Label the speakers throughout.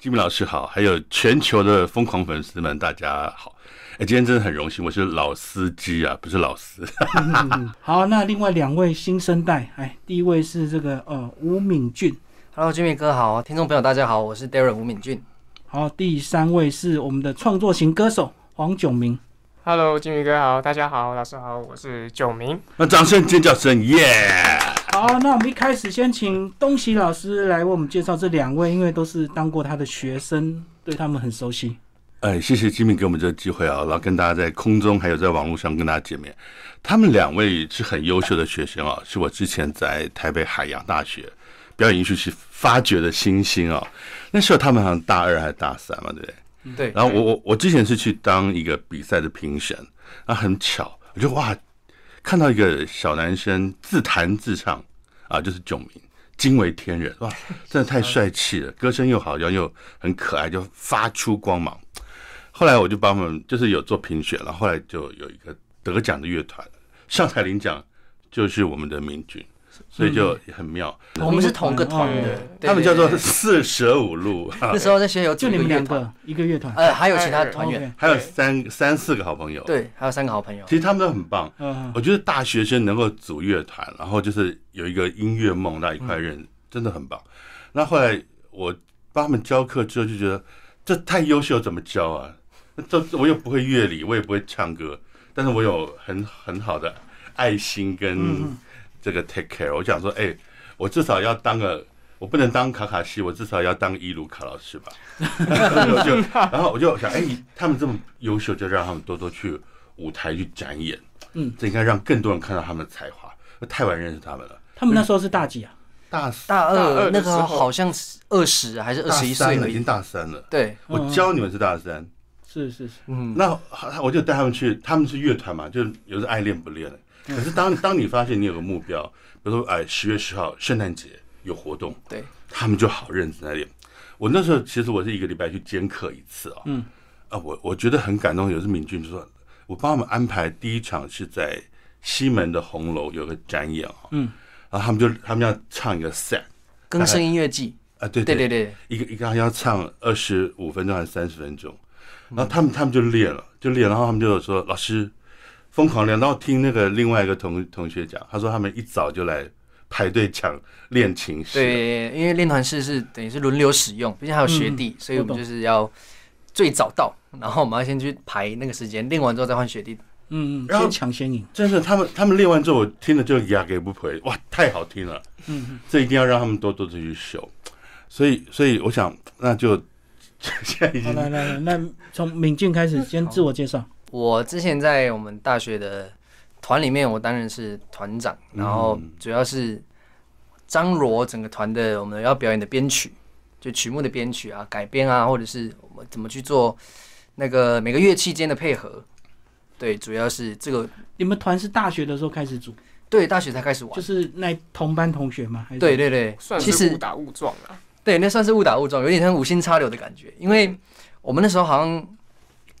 Speaker 1: 吉米老师好，还有全球的疯狂粉丝们，大家好。哎，今天真的很荣幸，我是老司机啊，不是老司。
Speaker 2: 嗯好，那另外两位新生代，哎，第一位是这个呃吴敏俊，
Speaker 3: Hello，君米哥好，听众朋友大家好，我是 Darren 吴敏俊。
Speaker 2: 好，第三位是我们的创作型歌手黄炯明。
Speaker 4: Hello，金鱼哥好，大家好，老师好，我是九明。
Speaker 1: 那掌声、尖叫声，耶、
Speaker 2: 好，那我们一开始先请东喜老师来为我们介绍这两位，因为都是当过他的学生，对他们很熟悉。
Speaker 1: 哎，谢谢吉米给我们这个机会啊，然后跟大家在空中还有在网络上跟大家见面。他们两位是很优秀的学生啊，是我之前在台北海洋大学表演艺术系发掘的新星啊。那时候他们好像大二还是大三嘛，对不对？
Speaker 2: 嗯
Speaker 3: 对，
Speaker 1: 然后我我我之前是去当一个比赛的评审，然后很巧，我就哇，看到一个小男生自弹自唱啊，就是炯明，惊为天人 哇，真的太帅气了，歌声又好，然后又很可爱，就发出光芒。后来我就帮我们就是有做评选，然后后来就有一个得奖的乐团上台领奖，就是我们的明君，所以就很妙，
Speaker 3: 我们是同
Speaker 2: 哦
Speaker 3: 个团的，嗯对
Speaker 1: 嗯他们叫做
Speaker 3: 对对
Speaker 1: 四舍五入。
Speaker 3: 对那时候在学校有
Speaker 2: 就
Speaker 3: 组一
Speaker 2: 你们两
Speaker 3: 乐团，
Speaker 2: 个一个乐团，哦
Speaker 3: 呃，还有其他团员，
Speaker 2: OK，
Speaker 1: 还有三三四个好朋友，
Speaker 3: 对，还有三个好朋友
Speaker 1: 其，实他们都很棒。
Speaker 2: 嗯，
Speaker 1: 我觉得大学生能够组乐团，然后就是有一个音乐梦，大家一块认，真的很棒。那后来我帮他们教课之后，就觉得这太优秀，怎么教啊？ 这我又不会乐理，我也不会唱歌，但是我有很很好的爱心跟
Speaker 2: 嗯
Speaker 1: 这个 take care。我想说，哎、我至少要当个，我不能当卡卡西，我至少要当伊鲁卡老师吧。 我就，然后我就想，哎、他们这么优秀，就让他们多多去舞台去展演。
Speaker 2: 嗯，
Speaker 1: 这应该让更多人看到他们的才华。我太晚认识他们了，
Speaker 2: 他们那时候是大几啊？
Speaker 1: 大四
Speaker 3: 大
Speaker 4: 大二
Speaker 3: 二
Speaker 4: 的
Speaker 3: 那个
Speaker 4: 时候
Speaker 3: 好像是二十还是二
Speaker 1: 大
Speaker 3: 十一
Speaker 1: 三
Speaker 3: 岁
Speaker 1: 了，
Speaker 3: 而
Speaker 1: 已经
Speaker 3: 已。
Speaker 1: 大三了。
Speaker 3: 对，
Speaker 1: 我
Speaker 2: 嗯
Speaker 1: 教你们是大三，
Speaker 2: 是是是，
Speaker 3: 嗯，
Speaker 1: 那我就带他们去，他们是乐团嘛，就是有时候爱练不练的。可是当当你发现你有个目标，比如说哎，十月十号圣诞节有活动，
Speaker 3: 对，
Speaker 1: 他们就好认真在练。我那时候其实我是一个礼拜去兼课一次啊、
Speaker 2: 嗯，
Speaker 1: 啊，我我觉得很感动。有一次敏俊就说，我帮他们安排第一场是在西门的红楼有个展演啊、
Speaker 2: 嗯，
Speaker 1: 然后他们就他们要唱一个 set
Speaker 3: 更生音乐季，
Speaker 1: 啊，对
Speaker 3: 对对对，
Speaker 1: 一个一个好像要唱二十五分钟还是三十分钟，然后他们他们就练了，就练，然后他们就说老师疯狂练，然后听那个另外一个同同学讲，他说他们一早就来排队抢练琴师，
Speaker 3: 对，因为练团式是等于是轮流使用，毕竟还有学弟，
Speaker 2: 嗯
Speaker 3: 所以我们就是要最早到，然后我们要先去排那个时间，练完之后再换学弟。
Speaker 2: 嗯嗯，
Speaker 1: 然后
Speaker 2: 先抢先赢，
Speaker 1: 真的，他们他们练完之后，我听了就牙给不回，哇，太好听了，
Speaker 2: 嗯嗯，
Speaker 1: 这一定要让他们多多的去秀，所以所以我想那就 现在已
Speaker 2: 好
Speaker 1: 经
Speaker 2: 来来来，那从敏俊开始，先自我介绍。
Speaker 3: 我之前在我们大学的团里面，我担任是团长，
Speaker 1: 嗯
Speaker 3: 然后主要是张罗整个团的我们要表演的编曲，就曲目的编曲啊、改编啊，或者是我们怎么去做那个每个乐器间的配合。对，主要是这个。
Speaker 2: 你们团是大学的时候开始组，
Speaker 3: 对，大学才开始玩
Speaker 2: 就。是那同班同学吗？还是
Speaker 3: 对对对，
Speaker 4: 算
Speaker 3: 其
Speaker 4: 是
Speaker 3: 实
Speaker 4: 误打误撞啊啦。
Speaker 3: 对，那算是误打误撞，有点像无心插柳的感觉。因为我们那时候好像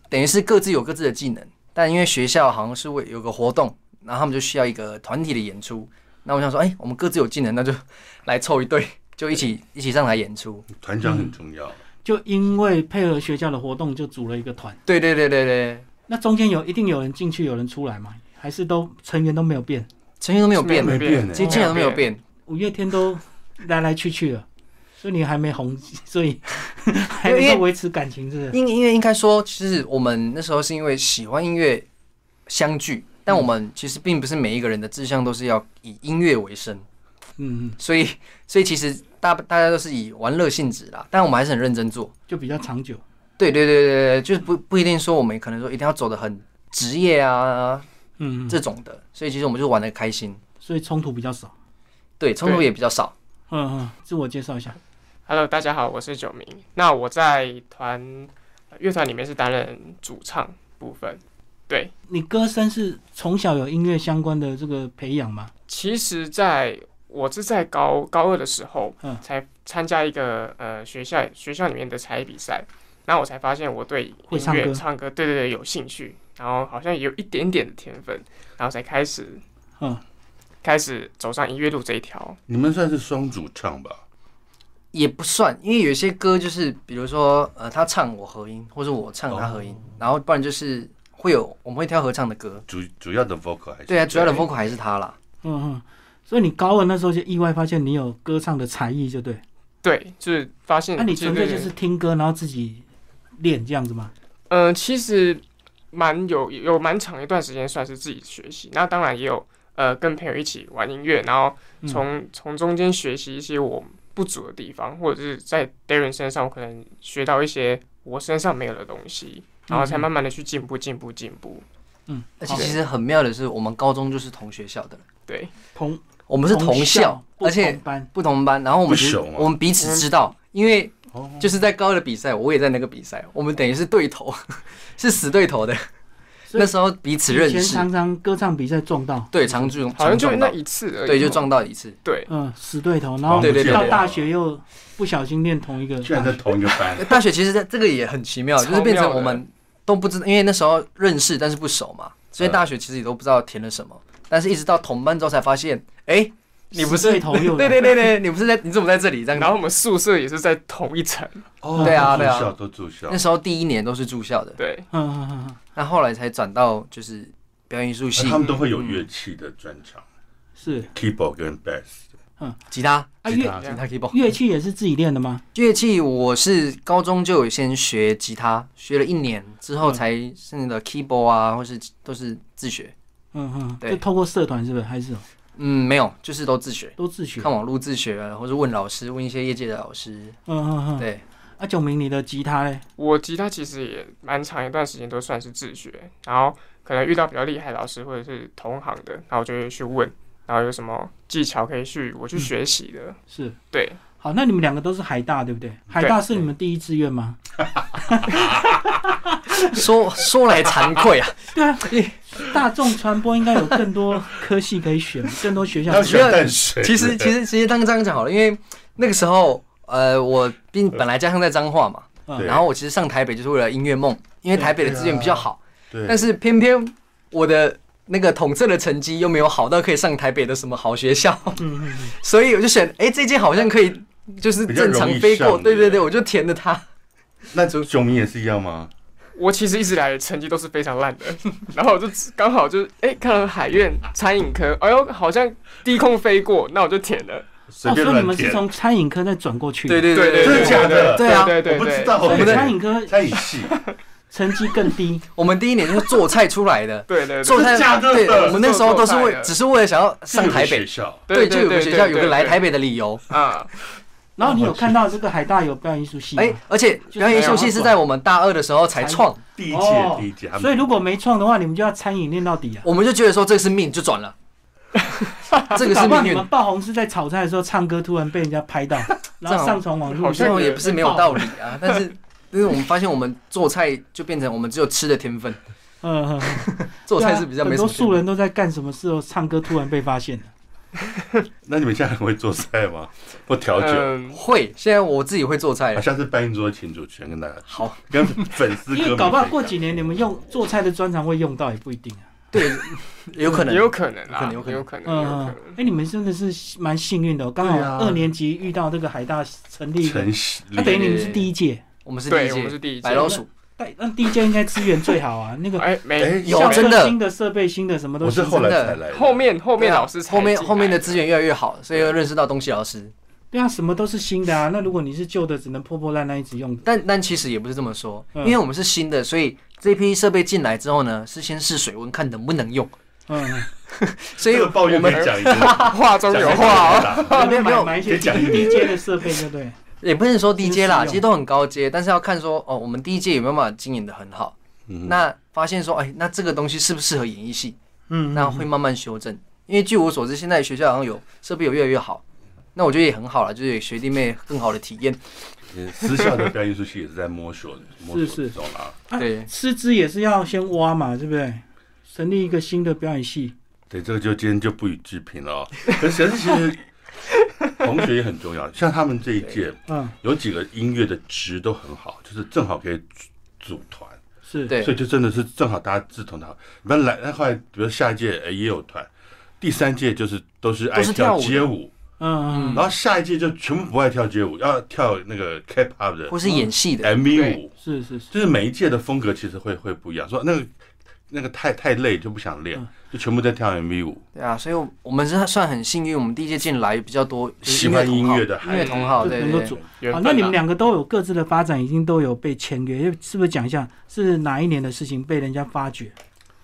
Speaker 3: 等于是各自有各自的技能，但因为学校好像是为有个活动，然后他们就需要一个团体的演出。那我想说，哎、我们各自有技能，那就 来凑一队，就一起一起上台演出。
Speaker 1: 团长很重要，
Speaker 2: 就因为配合学校的活动，就组了一个团。
Speaker 3: 对对对对对，
Speaker 2: 那中间有一定有人进去，有人出来嘛？还是都成员都没有变？
Speaker 3: 成员都没有变
Speaker 1: 没，变
Speaker 3: 其实
Speaker 4: 竟
Speaker 3: 竟
Speaker 4: 然
Speaker 3: 啊然都没有。变。
Speaker 2: 五月天都 来来去去了，所以你还没红， 所以还
Speaker 3: 因为
Speaker 2: 能够维持感情，是不是？
Speaker 3: 因因为应该说，其实我们那时候是因为喜欢音乐相聚，但我们其实并不是每一个人的志向都是要以音乐为生。
Speaker 2: 嗯，嗯，
Speaker 3: 所以所以其实大大家都是以玩乐性质啦，但我们还是很认真做。
Speaker 2: 就比较长久。
Speaker 3: 对对对对对，就是不不一定说我们可能说一定要走的很职业啊
Speaker 2: 嗯，嗯
Speaker 3: 这种的，所以其实我们就玩的开心，
Speaker 2: 所以冲突比较少。
Speaker 3: 对冲突
Speaker 4: 对
Speaker 3: 也比较少。
Speaker 2: 嗯嗯，自我介绍一下。
Speaker 4: Hello，大家好，我是九明。那我在团呃乐团里面是担任主唱部分。对，
Speaker 2: 你歌声是从小有音乐相关的这个培养吗？
Speaker 4: 其实在我是在高高二的时候
Speaker 2: 嗯，
Speaker 4: 才参加一个呃学校学校里面的才艺比赛，然后我才发现我对
Speaker 2: 会
Speaker 4: 音
Speaker 2: 唱歌
Speaker 4: 乐唱歌对对对有兴趣，然后好像有一点点的天分，然后才开始
Speaker 2: 嗯，
Speaker 4: 开始走上音乐路这一条。
Speaker 1: 你们算是双主唱吧？
Speaker 3: 也不算，因为有些歌就是，比如说呃，他唱我合音，或者我唱他合音，然后不然就是会有我们会挑合唱的歌。
Speaker 1: 主主要的 vocal 还是
Speaker 3: 对啊，主要的 vocal 还是他啦。
Speaker 2: 嗯哼，所以你高二那时候就意外发现你有歌唱的才艺，就对。
Speaker 4: 对，就是发 现
Speaker 2: 那、你
Speaker 4: 其
Speaker 2: 纯
Speaker 4: 实
Speaker 2: 粹就是听歌，然后自己练这样子吗？
Speaker 4: 嗯、其实蛮有有蛮长一段时间算是自己学习，那当然也有呃跟朋友一起玩音乐，然后
Speaker 2: 嗯
Speaker 4: 从从、中间学习一些我不足的地方，或者是在 Darren 身上我可能学到一些我身上没有的东西，然后才
Speaker 2: 嗯
Speaker 4: 慢慢的去进步进步进步。
Speaker 2: 嗯，
Speaker 3: 而且
Speaker 2: 好
Speaker 3: 其实很妙的是，我们高中就是同学校的，
Speaker 4: 对，
Speaker 2: 同
Speaker 3: 我们是
Speaker 2: 同
Speaker 3: 同校，
Speaker 2: 不
Speaker 3: 而且
Speaker 2: 同班，
Speaker 3: 不同班，然后我们其实
Speaker 1: 不熟吗
Speaker 3: 我们彼此知道，因为
Speaker 1: 哦
Speaker 3: 就是在高二的比赛，我也在那个比赛，我们等于是对头， 是死对头的。那时候彼此认
Speaker 2: 以前
Speaker 3: 识，
Speaker 2: 常常歌唱比赛撞到，
Speaker 3: 对，常撞，
Speaker 4: 好
Speaker 3: 常
Speaker 4: 像就
Speaker 3: 撞
Speaker 4: 那
Speaker 3: 到，
Speaker 4: 一次而已嘛。
Speaker 3: 对，就撞到一次。
Speaker 4: 对，
Speaker 2: 嗯，死对头，然后
Speaker 3: 对对对
Speaker 2: 到
Speaker 3: 对
Speaker 2: 大学又不小心练同一个，
Speaker 1: 居然在同一个班，
Speaker 3: 大学其实这这个也很奇妙，就是变成我
Speaker 4: 超妙
Speaker 3: 们都不知道，因为那时候认识但是不熟嘛，所以
Speaker 1: 嗯
Speaker 3: 大学其实也都不知道填了什么，但是一直到同班之后才发现，哎、你不
Speaker 2: 死
Speaker 3: 是
Speaker 2: 对头又来
Speaker 3: 对对对对，你不是在你怎么在这里这样？
Speaker 4: 然后我们宿舍也是在同一层。
Speaker 1: 哦
Speaker 3: 对啊
Speaker 1: 都
Speaker 3: 对啊
Speaker 1: 住校都住校
Speaker 3: 那，时候第一年都是住校的，
Speaker 4: 对，
Speaker 2: 嗯嗯嗯嗯，
Speaker 3: 那后来才转到就是表演艺术系
Speaker 1: 他，们都会有乐器的专长
Speaker 3: 嗯
Speaker 2: 是
Speaker 1: ，keyboard 跟 bass，
Speaker 3: 吉他、
Speaker 2: 啊
Speaker 1: 吉
Speaker 2: 乐
Speaker 1: 他
Speaker 3: 吉他、keyboard。
Speaker 2: 乐器也是自己练的吗？
Speaker 3: 乐器我是高中就有先学吉他，学了一年之后
Speaker 2: 嗯
Speaker 3: 才剩的 keyboard 啊，或是都是自学。
Speaker 2: 嗯嗯，
Speaker 3: 对
Speaker 2: 就透过社团是不是？还是
Speaker 3: 嗯，没有，就是都自学，
Speaker 2: 都自学？
Speaker 3: 看网络自学啊，或是问老师，问一些业界的老师。
Speaker 2: 嗯嗯嗯，
Speaker 3: 对，
Speaker 2: 啊，九明，你的吉他嘞？
Speaker 4: 我吉他其实也蛮长一段时间都算是自学，然后可能遇到比较厉害的老师或者是同行的，然后我就会去问，然后有什么技巧可以去我
Speaker 3: 嗯
Speaker 4: 去学习的。
Speaker 2: 是
Speaker 4: 对，
Speaker 2: 好，那你们两个都是海大，对不对？海大是你们第一志愿吗？
Speaker 3: 说说来惭愧啊，
Speaker 2: 对啊，大众传播应该有更多科系可以选，更多学校
Speaker 1: 要
Speaker 2: 可以
Speaker 1: 学
Speaker 2: 选。
Speaker 1: 淡水，
Speaker 3: 其实其实其实当这样讲好了，因为那个时候呃，我并本来家乡在彰化嘛，
Speaker 2: 嗯
Speaker 1: 对
Speaker 3: 然后我其实上台北就是为了音乐梦，因为台北的资源比较好，但
Speaker 1: 对，
Speaker 3: 是偏偏我的。那个统测的成绩又没有好到可以上台北的什么好学校，
Speaker 2: 嗯嗯嗯，
Speaker 3: 所以我就选，哎、这间好像可以，就是
Speaker 1: 比较
Speaker 3: 正常
Speaker 1: 容易
Speaker 3: 飞过，
Speaker 1: 上
Speaker 3: 对对
Speaker 1: 对
Speaker 3: 对，我就填了它。
Speaker 1: 那九明也是一样吗？
Speaker 2: 哦
Speaker 4: 我其实一直以来成绩都是非常烂的， 然后我就刚好就哎、看了海院餐饮科，哎呦好像低空飞过，那我就填了。
Speaker 1: 随
Speaker 2: 哦，所
Speaker 1: 便
Speaker 2: 以你
Speaker 1: 乱
Speaker 2: 们是
Speaker 1: 填，
Speaker 2: 从餐饮科再转过去，
Speaker 3: 对，对对
Speaker 4: 对
Speaker 1: 真的
Speaker 3: 对对，
Speaker 1: 假的？
Speaker 3: 对啊
Speaker 4: 对对对
Speaker 1: 我不知
Speaker 4: 对，，
Speaker 1: 道，
Speaker 2: 所以
Speaker 1: 对
Speaker 2: 餐饮科
Speaker 1: 餐饮系，
Speaker 2: 成绩更 低，
Speaker 3: 我们第一年就是做菜出来的
Speaker 4: 对对对
Speaker 3: 做菜
Speaker 1: 真的假的
Speaker 3: 对，我们那时候都是
Speaker 4: 做
Speaker 3: 为
Speaker 4: 菜的
Speaker 3: 只是为了想要上台
Speaker 1: 这个学，
Speaker 3: 北
Speaker 1: 校
Speaker 3: 对，就有个学校有个来台
Speaker 4: 北
Speaker 3: 北的理由。
Speaker 4: 啊，
Speaker 2: 然后你有看到这个海大有表演艺术系吗，
Speaker 3: 哎，而且表演艺术系是在我们大二的时候才创，
Speaker 1: 第一届
Speaker 2: 哦
Speaker 1: 第一届，他们
Speaker 2: 所以如果没创的话，你们就要餐饮练到底啊。
Speaker 3: 我们就觉得说这是命，就转了。这个
Speaker 2: 搞
Speaker 3: 是
Speaker 2: 不好
Speaker 3: 命
Speaker 2: 你们
Speaker 3: 运，
Speaker 2: 爆红是在炒菜的时候唱歌，突然被人家 拍到，然后上传网络
Speaker 4: 好
Speaker 3: 这
Speaker 4: 像
Speaker 3: 种
Speaker 4: 有
Speaker 3: 也不是没有道理啊。但是，但是我们发现我们做菜就变成我们只有吃的天分，
Speaker 2: 嗯，嗯嗯
Speaker 3: 做菜是比较
Speaker 2: 啊
Speaker 3: 没
Speaker 2: 很
Speaker 3: 什
Speaker 2: 多
Speaker 3: 么天分。
Speaker 2: 素人都在干什么事哦，唱歌突然被发现了。
Speaker 1: 那你们现在很会做菜吗？或调
Speaker 3: 呃
Speaker 1: 酒？
Speaker 4: 嗯，
Speaker 3: 会，现在我自己会做菜
Speaker 1: 好
Speaker 3: 了。
Speaker 1: 下次办一桌请主持人跟大家，
Speaker 3: 好，
Speaker 1: 跟粉丝
Speaker 2: 因
Speaker 1: 哥
Speaker 2: 为
Speaker 1: 们
Speaker 2: 搞不好
Speaker 1: 分享
Speaker 2: 过几年你们用做菜的专长会用到，也不一定啊。
Speaker 3: 对，有可能
Speaker 4: 也有可能
Speaker 3: 有可
Speaker 4: 啊，
Speaker 3: 能有可能
Speaker 4: 有可能，有
Speaker 2: 嗯，
Speaker 4: 可
Speaker 2: 哎、
Speaker 4: 能。
Speaker 2: 你们真的是蛮幸运的、哦，刚好
Speaker 1: 对啊
Speaker 2: 二年级遇到这个海大成立，
Speaker 1: 陈实力
Speaker 2: 那、等于你们是第一届，
Speaker 3: 我们是第一
Speaker 4: 对，我们
Speaker 3: 届
Speaker 4: 是第一届
Speaker 3: 白。老鼠，
Speaker 2: 但那第一届应该资源最好啊。那个
Speaker 4: 哎，没
Speaker 1: 哎
Speaker 3: 有
Speaker 2: 校
Speaker 4: 校
Speaker 2: 车
Speaker 4: 车
Speaker 3: 真的
Speaker 2: 新的设备、新的什么都
Speaker 1: 我是后来才来的，
Speaker 4: 后面后面老师才
Speaker 3: 啊后面
Speaker 4: 进来
Speaker 3: 后面的资源越来越好，所以又认识到东西老师。
Speaker 2: 对啊，什么都是新的啊。那如果你是旧的，只能破破烂烂一直 用。
Speaker 3: 但但其实也不是这么说，
Speaker 2: 嗯
Speaker 3: 因为我们是新的，所以这批设备进来之后呢，是先试水温，看能不能用。
Speaker 2: 嗯，嗯
Speaker 3: 所以
Speaker 1: 这个抱
Speaker 3: 我
Speaker 1: 怨可
Speaker 3: 们
Speaker 1: 以讲一个，
Speaker 4: 话 中有话哦。
Speaker 1: 哦，
Speaker 3: 没有没有
Speaker 2: 买买一些
Speaker 1: 别讲一点
Speaker 2: 低阶的设备，对不对？
Speaker 3: 也不是说低阶
Speaker 2: 先试
Speaker 3: 啦，
Speaker 2: 用
Speaker 3: 其实都很高阶，但是要看说哦，我们第一届有没有办法经营的很好。
Speaker 1: 嗯
Speaker 3: 那发现说，哎，那这个东西适不适合演艺系？
Speaker 2: 嗯，
Speaker 3: 那会慢慢修正。因为据我所知，现在学校好像有设备有越来越好，那我觉得也很好了，就是给学弟妹更好的体验。
Speaker 1: 私校的表演艺术系也是在摸索 的，摸索之中啊，
Speaker 2: 啊
Speaker 3: 对，
Speaker 2: 师资也是要先挖嘛，对不对？成立一个新的表演系，
Speaker 1: 对，这个就今天就不予置评了哦。可是可是其实同学也很重要，像他们这一届
Speaker 2: 嗯，
Speaker 1: 有几个音乐的值都很好，就是正好可以组组团。
Speaker 2: 是，
Speaker 3: 对
Speaker 1: 所以就真的是正好大家志同道合。你们来，那后来比如下一届哎也有团，第三届就是都是爱
Speaker 3: 都是跳舞的
Speaker 1: 街舞，
Speaker 2: 嗯嗯
Speaker 1: 然后下一届就全部不爱跳街舞，要跳那个 K-pop 的嗯
Speaker 3: 或是演戏的，
Speaker 1: MV 舞，
Speaker 2: 是是是，
Speaker 1: 就是每一届的风格其实会会不一样。说那个那个太太累就不想练
Speaker 2: 嗯，
Speaker 1: 就全部在跳 MV 舞。
Speaker 3: 对啊，所以我我们是算很幸运，我们第一届进来比较多就是
Speaker 1: 喜欢音乐的
Speaker 3: 同好
Speaker 1: 孩
Speaker 3: 音乐
Speaker 4: 子
Speaker 3: 同好，
Speaker 2: 就
Speaker 3: 对
Speaker 2: 能
Speaker 3: 对
Speaker 2: 够
Speaker 3: 对
Speaker 2: 组。
Speaker 4: 缘
Speaker 2: 好，
Speaker 4: 分、啊
Speaker 2: 那你们两个都有各自的发展，已经都有被签约，是不是讲一下是哪一年的事情被人家发掘？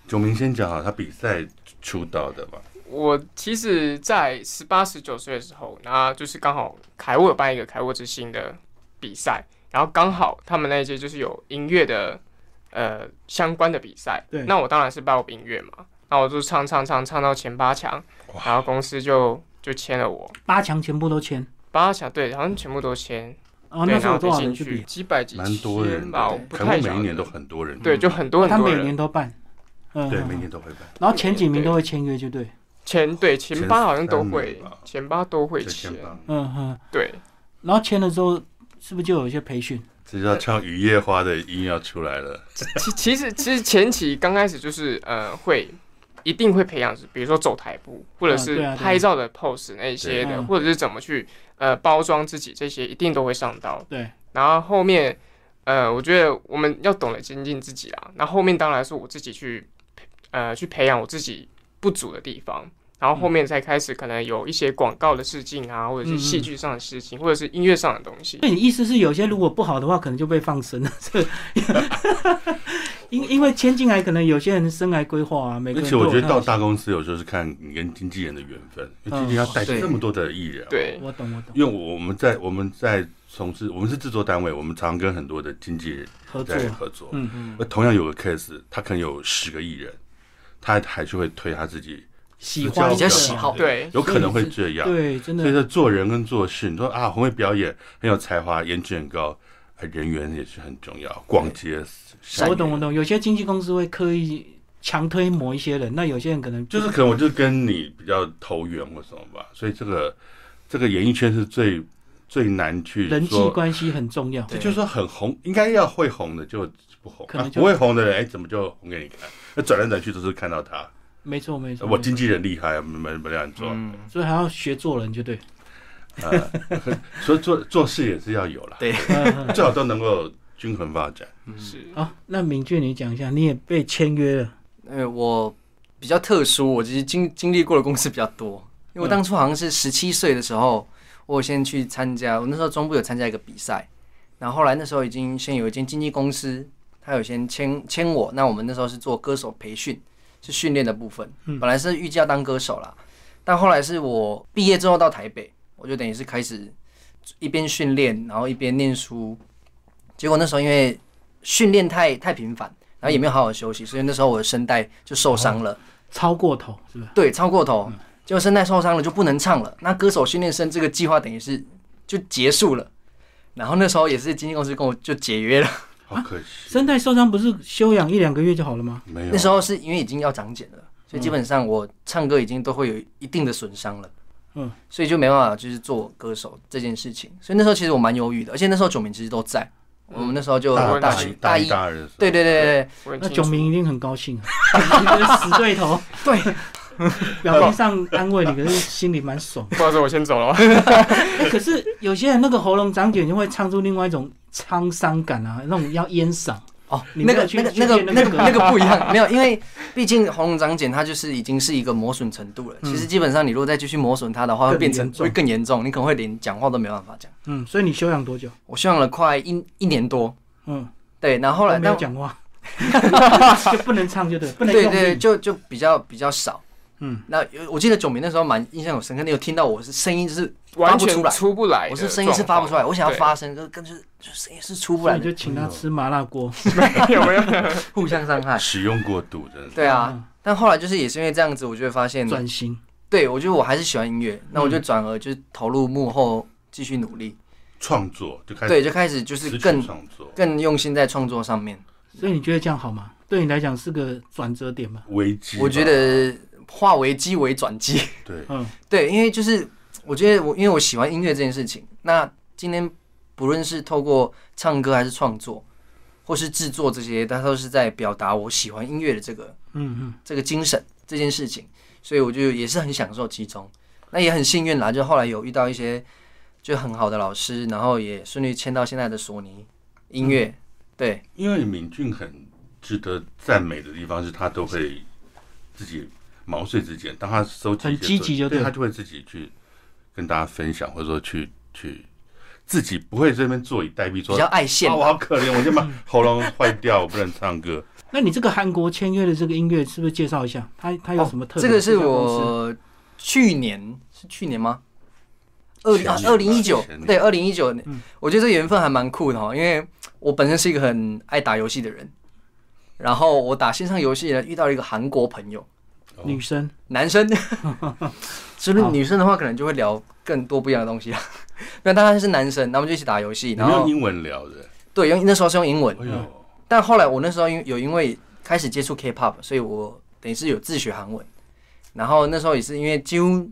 Speaker 1: 九明先讲好啊他比赛出道的吧，
Speaker 4: 我其实，在十八、十九岁的时候，那就是刚好凯沃有办一个凯沃之星的比赛，然后刚好他们那一届就是有音乐的呃相关的比赛，
Speaker 2: 对
Speaker 4: 那我当然是报音乐嘛，那我就唱唱唱唱到前八强，然后公司就就签了我
Speaker 2: 八强全部都签，
Speaker 4: 八强，对，好像全部都签，
Speaker 2: 哦，
Speaker 4: 对，
Speaker 2: 那时
Speaker 4: 然
Speaker 2: 候有
Speaker 4: 后被
Speaker 2: 多少
Speaker 4: 进
Speaker 2: 人去比
Speaker 4: 去？？几百几
Speaker 1: 蛮多人
Speaker 4: 千吧，我
Speaker 1: 的，
Speaker 4: 不
Speaker 1: 可
Speaker 4: 太
Speaker 1: 能
Speaker 4: 晓
Speaker 1: 每一
Speaker 4: 得
Speaker 1: 年都很多人，
Speaker 4: 对，就很多
Speaker 2: 哦他
Speaker 4: 很多
Speaker 2: 每
Speaker 4: 人
Speaker 2: 年，都办，嗯，
Speaker 1: 对，
Speaker 2: 嗯
Speaker 1: 每
Speaker 2: 嗯
Speaker 1: 年都会办。
Speaker 2: 然后前几名都会签约，就对，
Speaker 4: 前对前八好像都
Speaker 1: 前三
Speaker 4: 会
Speaker 1: 名吧，
Speaker 4: 前八都会
Speaker 1: 这
Speaker 4: 签
Speaker 1: 千，八，
Speaker 2: 嗯哼。
Speaker 4: 对。
Speaker 2: 然后签了之后，是不是就有一些培训？
Speaker 1: 这就要唱《雨夜花》的音要出来了。
Speaker 4: 其其实其实前期刚开始就是呃会一定会培养，比如说走台步，或者
Speaker 2: 啊
Speaker 4: 是
Speaker 2: 对啊对啊
Speaker 4: 拍照的 pose 那一些
Speaker 2: 对
Speaker 4: 的，
Speaker 2: 嗯
Speaker 4: 或者是怎么去呃包装自己，这些一定都会上到。
Speaker 2: 对，
Speaker 4: 然后后面呃，我觉得我们要懂得精进自己啦。那后面当然是我自己去呃去培养我自己不足的地
Speaker 2: 嗯
Speaker 4: 方。然后后面才开始可能有一些广告的事情啊，或者是戏剧上的事情，或者是音乐上的东西。
Speaker 2: 那你意思是有些如果不好的话，可能就被放生了？是，因因为签进来，可能有些人生涯规划啊，每个
Speaker 1: 而
Speaker 2: 人
Speaker 1: 且
Speaker 2: 都有
Speaker 1: 我觉得
Speaker 2: 他
Speaker 1: 到
Speaker 2: 的
Speaker 1: 大公司有时候是看你跟经纪人的缘分，因为经纪人要带
Speaker 3: 嗯
Speaker 1: 这么多的艺人。，啊
Speaker 4: 对，
Speaker 2: 我懂我懂，
Speaker 1: 因为我我们在我们在从事我们是制作单位，我们常跟很多的经纪人
Speaker 2: 合作，
Speaker 1: 在合作。
Speaker 2: 嗯
Speaker 3: 嗯，
Speaker 1: 那同样有个 case，他可能有十个艺人，他还是会推他自己，
Speaker 2: 喜欢
Speaker 1: 比较
Speaker 2: 的
Speaker 1: 喜
Speaker 2: 啊
Speaker 3: 好
Speaker 4: 对，
Speaker 1: 有可能会这样。
Speaker 2: 对，真
Speaker 1: 所以
Speaker 2: 的
Speaker 1: 说做人跟做事，你说啊，很会表演，很有才华，颜值很高，啊人缘也是很重要。逛街，
Speaker 2: 我懂我懂，有些经纪公司会刻意强推某一些人，那有些人可能
Speaker 1: 就是可能我就跟你比较投缘或什么吧，所以这个这个演艺圈是最最难去
Speaker 2: 人际
Speaker 1: 说，
Speaker 2: 关系很重要。
Speaker 1: 这就是说很红，应该要会红的就不红，
Speaker 2: 可能
Speaker 1: 啊
Speaker 2: 就
Speaker 1: 不会红的人，哎，怎么就红给你看？那转来转去都是看到他，
Speaker 2: 没错没错，
Speaker 1: 我
Speaker 2: 没错
Speaker 1: 经纪人厉害，啊没没没这样做，
Speaker 3: 嗯
Speaker 2: 所以还要学做人，就对。
Speaker 1: 呃，所以做做事也是要有啦，
Speaker 3: 对
Speaker 2: 嗯嗯
Speaker 1: 最好都能够均衡发展。
Speaker 4: 嗯是
Speaker 2: 好，那明俊你讲一下，你也被签约了，
Speaker 3: 因为哎我比较特殊，我其实经经历过的公司比较多。因为我当初好像是十七岁的时候，我有先去参加，我那时候中部有参加一个比赛，然后后来那时候已经先有一间经纪公司，他有先签签我。那我们那时候是做歌手培训，是训练的部分。
Speaker 2: 嗯
Speaker 3: 本来是预计要当歌手啦，但后来是我毕业之后到台北，我就等于是开始一边训练，然后一边念书。结果那时候因为训练太太频繁，然后也没有好好休息，所以那时候我的声带就受伤了，
Speaker 2: 超过头是
Speaker 1: 嗯
Speaker 2: 吧？
Speaker 3: 对，超过头，结果声带受伤了就不能唱了。那歌手训练生这个计划等于是就结束了。然后那时候也是经纪公司跟我就解约了，
Speaker 1: 好可惜，
Speaker 2: 声带受伤不是休养一两个月就好了吗？
Speaker 1: 没有
Speaker 3: 那时候是因为已经要长茧了，所以基本上我唱歌已经都会有一定的损伤了。
Speaker 2: 嗯，
Speaker 3: 所以就没办法就是做歌手这件事情，所以那时候其实我蛮犹豫的，而且那时候九明其实都在，我们那时候就
Speaker 1: 大
Speaker 3: 大
Speaker 1: 大
Speaker 3: 学
Speaker 1: 大
Speaker 3: 一，
Speaker 1: 大二的时候，
Speaker 3: 对对对对对，
Speaker 4: 我很
Speaker 2: 那
Speaker 4: 清
Speaker 2: 九
Speaker 4: 楚
Speaker 2: 明一定很高兴啊， 就是死对头。
Speaker 3: 对，
Speaker 2: 表面上安慰你，可是心里蛮 爽。
Speaker 4: 不好意思，我先走了。
Speaker 2: 哎，可是有些人那个喉咙长茧就会唱出另外一种沧桑感啊，那种要烟嗓。
Speaker 3: 哦，
Speaker 2: 你没
Speaker 3: 那
Speaker 2: 有
Speaker 3: 个
Speaker 2: 去
Speaker 3: 那个
Speaker 2: 去
Speaker 3: 那个
Speaker 2: 练那
Speaker 3: 那
Speaker 2: 个
Speaker 3: 个那个不一 样，没有，因为毕竟喉咙长茧它就是已经是一个磨损程度了。其实基本上你如果再继续磨损它的话，会
Speaker 2: 嗯更
Speaker 3: 变成
Speaker 2: 严重
Speaker 3: 会更严重，你可能会连讲话都没办法讲。
Speaker 2: 嗯，所以你休养多久？
Speaker 3: 我休养了快一一年多，
Speaker 2: 嗯，
Speaker 3: 对，然后后来
Speaker 2: 都没有
Speaker 3: 但
Speaker 2: 讲 话，就不能唱就对，不能
Speaker 3: 对
Speaker 2: 用
Speaker 3: 对
Speaker 2: 力。
Speaker 3: 就就比较比较少。
Speaker 2: 嗯，
Speaker 3: 那有我记得九明那时候蛮印象有深刻，你有听到我是声音就是
Speaker 4: 完
Speaker 3: 发不
Speaker 4: 全
Speaker 3: 出来
Speaker 4: 出不来的
Speaker 3: 我
Speaker 4: 状况，
Speaker 3: 是声音是发不出来，我想要
Speaker 4: 对，
Speaker 3: 发声，就跟就是就声音是出不
Speaker 2: 所
Speaker 3: 来
Speaker 2: 以你就
Speaker 3: 的，
Speaker 2: 请他吃麻辣锅。
Speaker 4: 有没有？
Speaker 3: 互相伤害。
Speaker 1: 使用过度，真的是
Speaker 3: 对啊，但后来就是也是因为这样子，我就会发现
Speaker 2: 嗯，转型。
Speaker 3: 对我觉得我还是喜欢音乐，那我
Speaker 1: 嗯
Speaker 3: 就转而就是投入幕后继续努力。
Speaker 1: 创作就开始
Speaker 3: 对，就开始就
Speaker 1: 哎持
Speaker 3: 是
Speaker 1: 续
Speaker 3: 更
Speaker 1: 创作，
Speaker 3: 更用心在创作上面。
Speaker 2: 所以你觉得这样好吗？对你来讲是个转折点吗？
Speaker 1: 危机吧。
Speaker 3: 我觉得化危机为转机，
Speaker 1: 对，
Speaker 2: 嗯，
Speaker 3: 对，因为就是我觉得我因为我喜欢音乐这件事情，那今天不论是透过唱歌还是创作，或是制作这些，它都是在表达我喜欢音乐的这个
Speaker 2: 嗯嗯，
Speaker 3: 这个精神这件事情，所以我就也是很享受其中。那也很幸运啦，就后来有遇到一些就很好的老师，然后也顺利签到现在的索尼音乐。
Speaker 1: 嗯
Speaker 3: 对，
Speaker 1: 因为敏俊很值得赞美的地方是他都会自己毛遂自荐，当他收集一些
Speaker 2: 很积极就
Speaker 1: 作品
Speaker 2: 对
Speaker 1: 对他就会自己去跟大家分享，或者说去去自己不会这边坐以待毙，说
Speaker 3: 比较爱现
Speaker 1: 啊，我好可怜，我先
Speaker 2: 嗯
Speaker 1: 把喉咙坏掉，我不能唱歌。
Speaker 2: 那你这个韩国签约的这个音乐是不是介绍一下？它它有什么特别
Speaker 3: 哦这
Speaker 2: 的
Speaker 3: 个
Speaker 2: 这
Speaker 3: 是
Speaker 2: 家公司？
Speaker 3: 我去年是去年吗？二零啊
Speaker 1: 前年吧
Speaker 3: 二零一九
Speaker 1: 前年
Speaker 3: 对二零一九
Speaker 2: 嗯，
Speaker 3: 我觉得这缘分还蛮酷的哦哈，因为我本身是一个很爱打游戏的人，然后我打线上游戏呢遇到了一个韩国朋友，
Speaker 1: 哦
Speaker 2: 女生
Speaker 3: 男生，是不是女生的话可能就会聊更多不一样的东西 啊？那当然是男生，那我们就一起打游戏，
Speaker 1: 你
Speaker 3: 然
Speaker 1: 们用
Speaker 3: 后
Speaker 1: 英文聊的，
Speaker 3: 对用那时候是用英文，
Speaker 1: 哎呦，
Speaker 3: 但后来我那时候因有因为开始接触 K-pop，所以我等于是有自学韩文。然后那时候也是因为几乎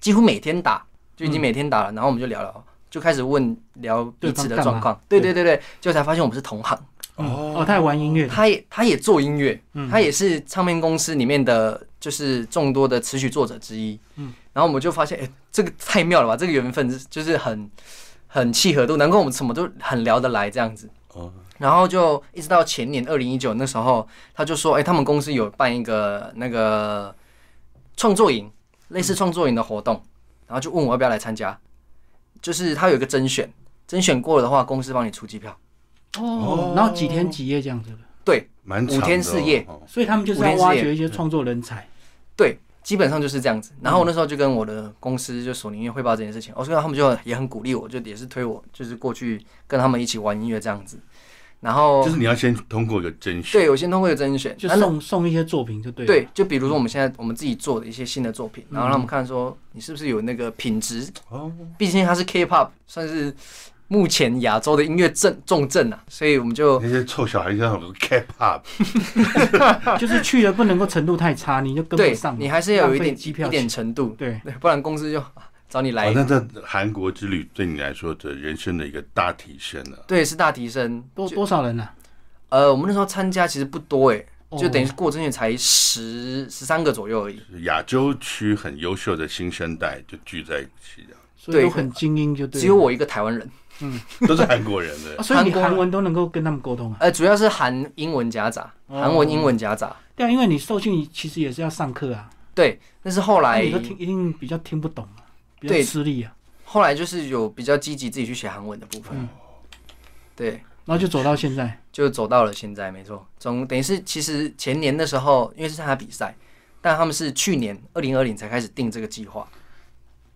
Speaker 3: 几乎每天打，就已经每天打了。然后我们就聊聊，就开始问聊彼此
Speaker 2: 对方干
Speaker 3: 的
Speaker 2: 嘛
Speaker 3: 状况。对对对对，就才发现我们是同行。
Speaker 2: 哦，他也玩音乐的，
Speaker 3: 他也他也做音乐，
Speaker 2: 嗯
Speaker 3: 他也是唱片公司里面的就是众多的词曲作者之一。
Speaker 2: 嗯
Speaker 3: 然后我们就发现，哎、这个太妙了吧！这个缘分就是很很契合度，能够我们什么都很聊得来这样子。
Speaker 1: 哦，
Speaker 3: 然后就一直到前年二零一九那时候，他就说，哎、他们公司有办一个那个创作营，类似创作营的活动，然后就问我要不要来参加，就是他有一个甄选，甄选过了的话，公司帮你出机票，
Speaker 1: 哦
Speaker 2: 然后几天几夜这样子的，
Speaker 1: 蛮长的哦
Speaker 3: 五天四夜
Speaker 1: 哦
Speaker 2: 所以他们就是要挖掘一些创作人才。
Speaker 3: 基本上就是这样子。
Speaker 2: 嗯
Speaker 3: 然后我那时候就跟我的公司就索尼音乐汇报这件事情，哦，所以他们就也很鼓励我，就也是推我，就是过去跟他们一起玩音乐这样子。然后
Speaker 1: 就是你要先通过一个甄选，
Speaker 3: 对，有先通过一个甄选，
Speaker 2: 就
Speaker 3: 那那
Speaker 2: 送送一些作品就对了。嗯
Speaker 3: 对，就比如说我们现在我们自己做的一些新的作品，然后让我们看说你是不是有那个品质，
Speaker 1: 哦，
Speaker 3: 毕竟它是 K-pop，算是目前亚洲的音乐重重镇啊，所以我们就
Speaker 1: 那些臭小孩像 K-pop，
Speaker 2: 就是去了不能够程度太差，你就跟
Speaker 3: 对
Speaker 2: 不上。啊
Speaker 3: 你还是要有
Speaker 2: 浪
Speaker 3: 一
Speaker 2: 费
Speaker 3: 点
Speaker 2: 机票
Speaker 3: 一点程度，
Speaker 2: 对，
Speaker 3: 对，不然公司就啊找你来
Speaker 1: 哦，，那这韩国之旅对你来说的人生的一个大提升啊呢、
Speaker 3: 对，是大提升。
Speaker 2: 多
Speaker 3: 就
Speaker 2: 多少人啊呢？
Speaker 3: 呃，我们那时候参加其实不多欸诶，就等于
Speaker 2: 哦
Speaker 3: 是过甄选才十十三个左右而已。
Speaker 1: 亚洲区很优秀的新生代就聚在一起这样，
Speaker 2: 所以都
Speaker 3: 对
Speaker 2: 很精英就对了。
Speaker 3: 只有我一个台湾人，
Speaker 1: 都是韩国人 的
Speaker 2: 啊，。所以你
Speaker 3: 韩国人
Speaker 2: 韩文都能够跟他们沟通啊？
Speaker 3: 呃，主要是韩英文夹杂，
Speaker 2: 哦
Speaker 3: 韩文英文夹杂。
Speaker 2: 对啊，因为你受训其实也是要上课啊，
Speaker 3: 对，但是后
Speaker 2: 那
Speaker 3: 来
Speaker 2: 啊你都听一定比较听不懂啊，比较
Speaker 3: 哎对
Speaker 2: 吃力啊，
Speaker 3: 后来就是有比较积极自己去写韩文的部分，
Speaker 2: 嗯
Speaker 3: 对，
Speaker 2: 然后就走到现在。
Speaker 3: 就走到了现在，没错。总等于是其实前年的时候，因为是参加比赛，但他们是去年二零二零才开始定这个计划，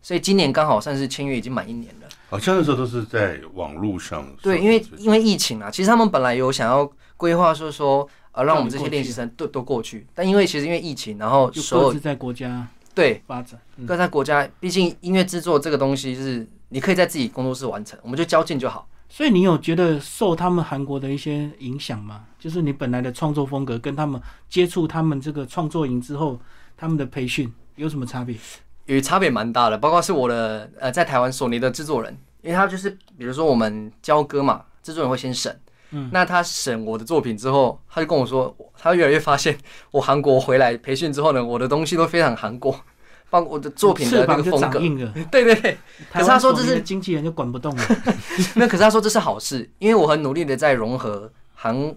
Speaker 3: 所以今年刚好算是签约已经满一年了。
Speaker 1: 好像那时候都是在网络上。
Speaker 3: 对，因为因为疫情啊，其实他们本来有想要规划说说呃让我们这
Speaker 2: 让你过
Speaker 3: 些
Speaker 2: 去
Speaker 3: 练习生都都过去，但因为其实因为疫情，然后
Speaker 2: 就
Speaker 3: 所
Speaker 2: 各
Speaker 3: 有
Speaker 2: 自在国家
Speaker 3: 对
Speaker 2: 发展，嗯
Speaker 3: 各在国家，毕竟音乐制作这个东西是你可以在自己工作室完成，我们就交件就好。
Speaker 2: 所以你有觉得受他们韩国的一些影响吗？就是你本来的创作风格跟他们接触他们这个创作营之后，他们的培训有什么差别？
Speaker 3: 与差别蛮大的，包括是我的呃在台湾索尼的制作人，因为他就是比如说我们交歌嘛，制作人会先审，
Speaker 2: 嗯
Speaker 3: 那他审我的作品之后，他就跟我说，他越来越发现我韩国回来培训之后呢，我的东西都非常韩国，包括我的作品的
Speaker 2: 翅
Speaker 3: 那个
Speaker 2: 膀就
Speaker 3: 风格
Speaker 2: 长，硬了。
Speaker 3: 对对对， 可
Speaker 2: 台湾
Speaker 3: 是他说
Speaker 2: 索
Speaker 3: 这
Speaker 2: 尼
Speaker 3: 是
Speaker 2: 的经纪人就管不动了，
Speaker 3: 那可是他说这是好事，因为我很努力的在融合韩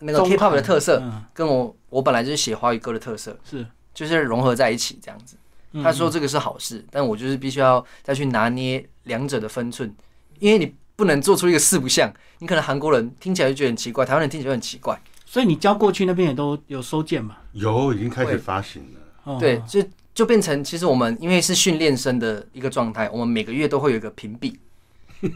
Speaker 3: 那个
Speaker 2: 中
Speaker 3: K-pop 的
Speaker 2: 韩
Speaker 3: 特色，
Speaker 2: 嗯，
Speaker 3: 跟我我本来就是写华语歌的特色，
Speaker 2: 是。
Speaker 3: 就是融合在一起这样子。
Speaker 2: 嗯
Speaker 3: 他说这个是好事，但我就是必须要再去拿捏两者的分寸，因为你不能做出一个四不像。你可能韩国人听起来就觉得很奇怪，台湾人听起来就很奇怪，
Speaker 2: 所以你交过去那边也都有收件嘛？
Speaker 1: 有已经开始发行了，
Speaker 2: 哦
Speaker 3: 对，就就变成其实我们因为是训练生的一个状态，我们每个月都会有一个评比。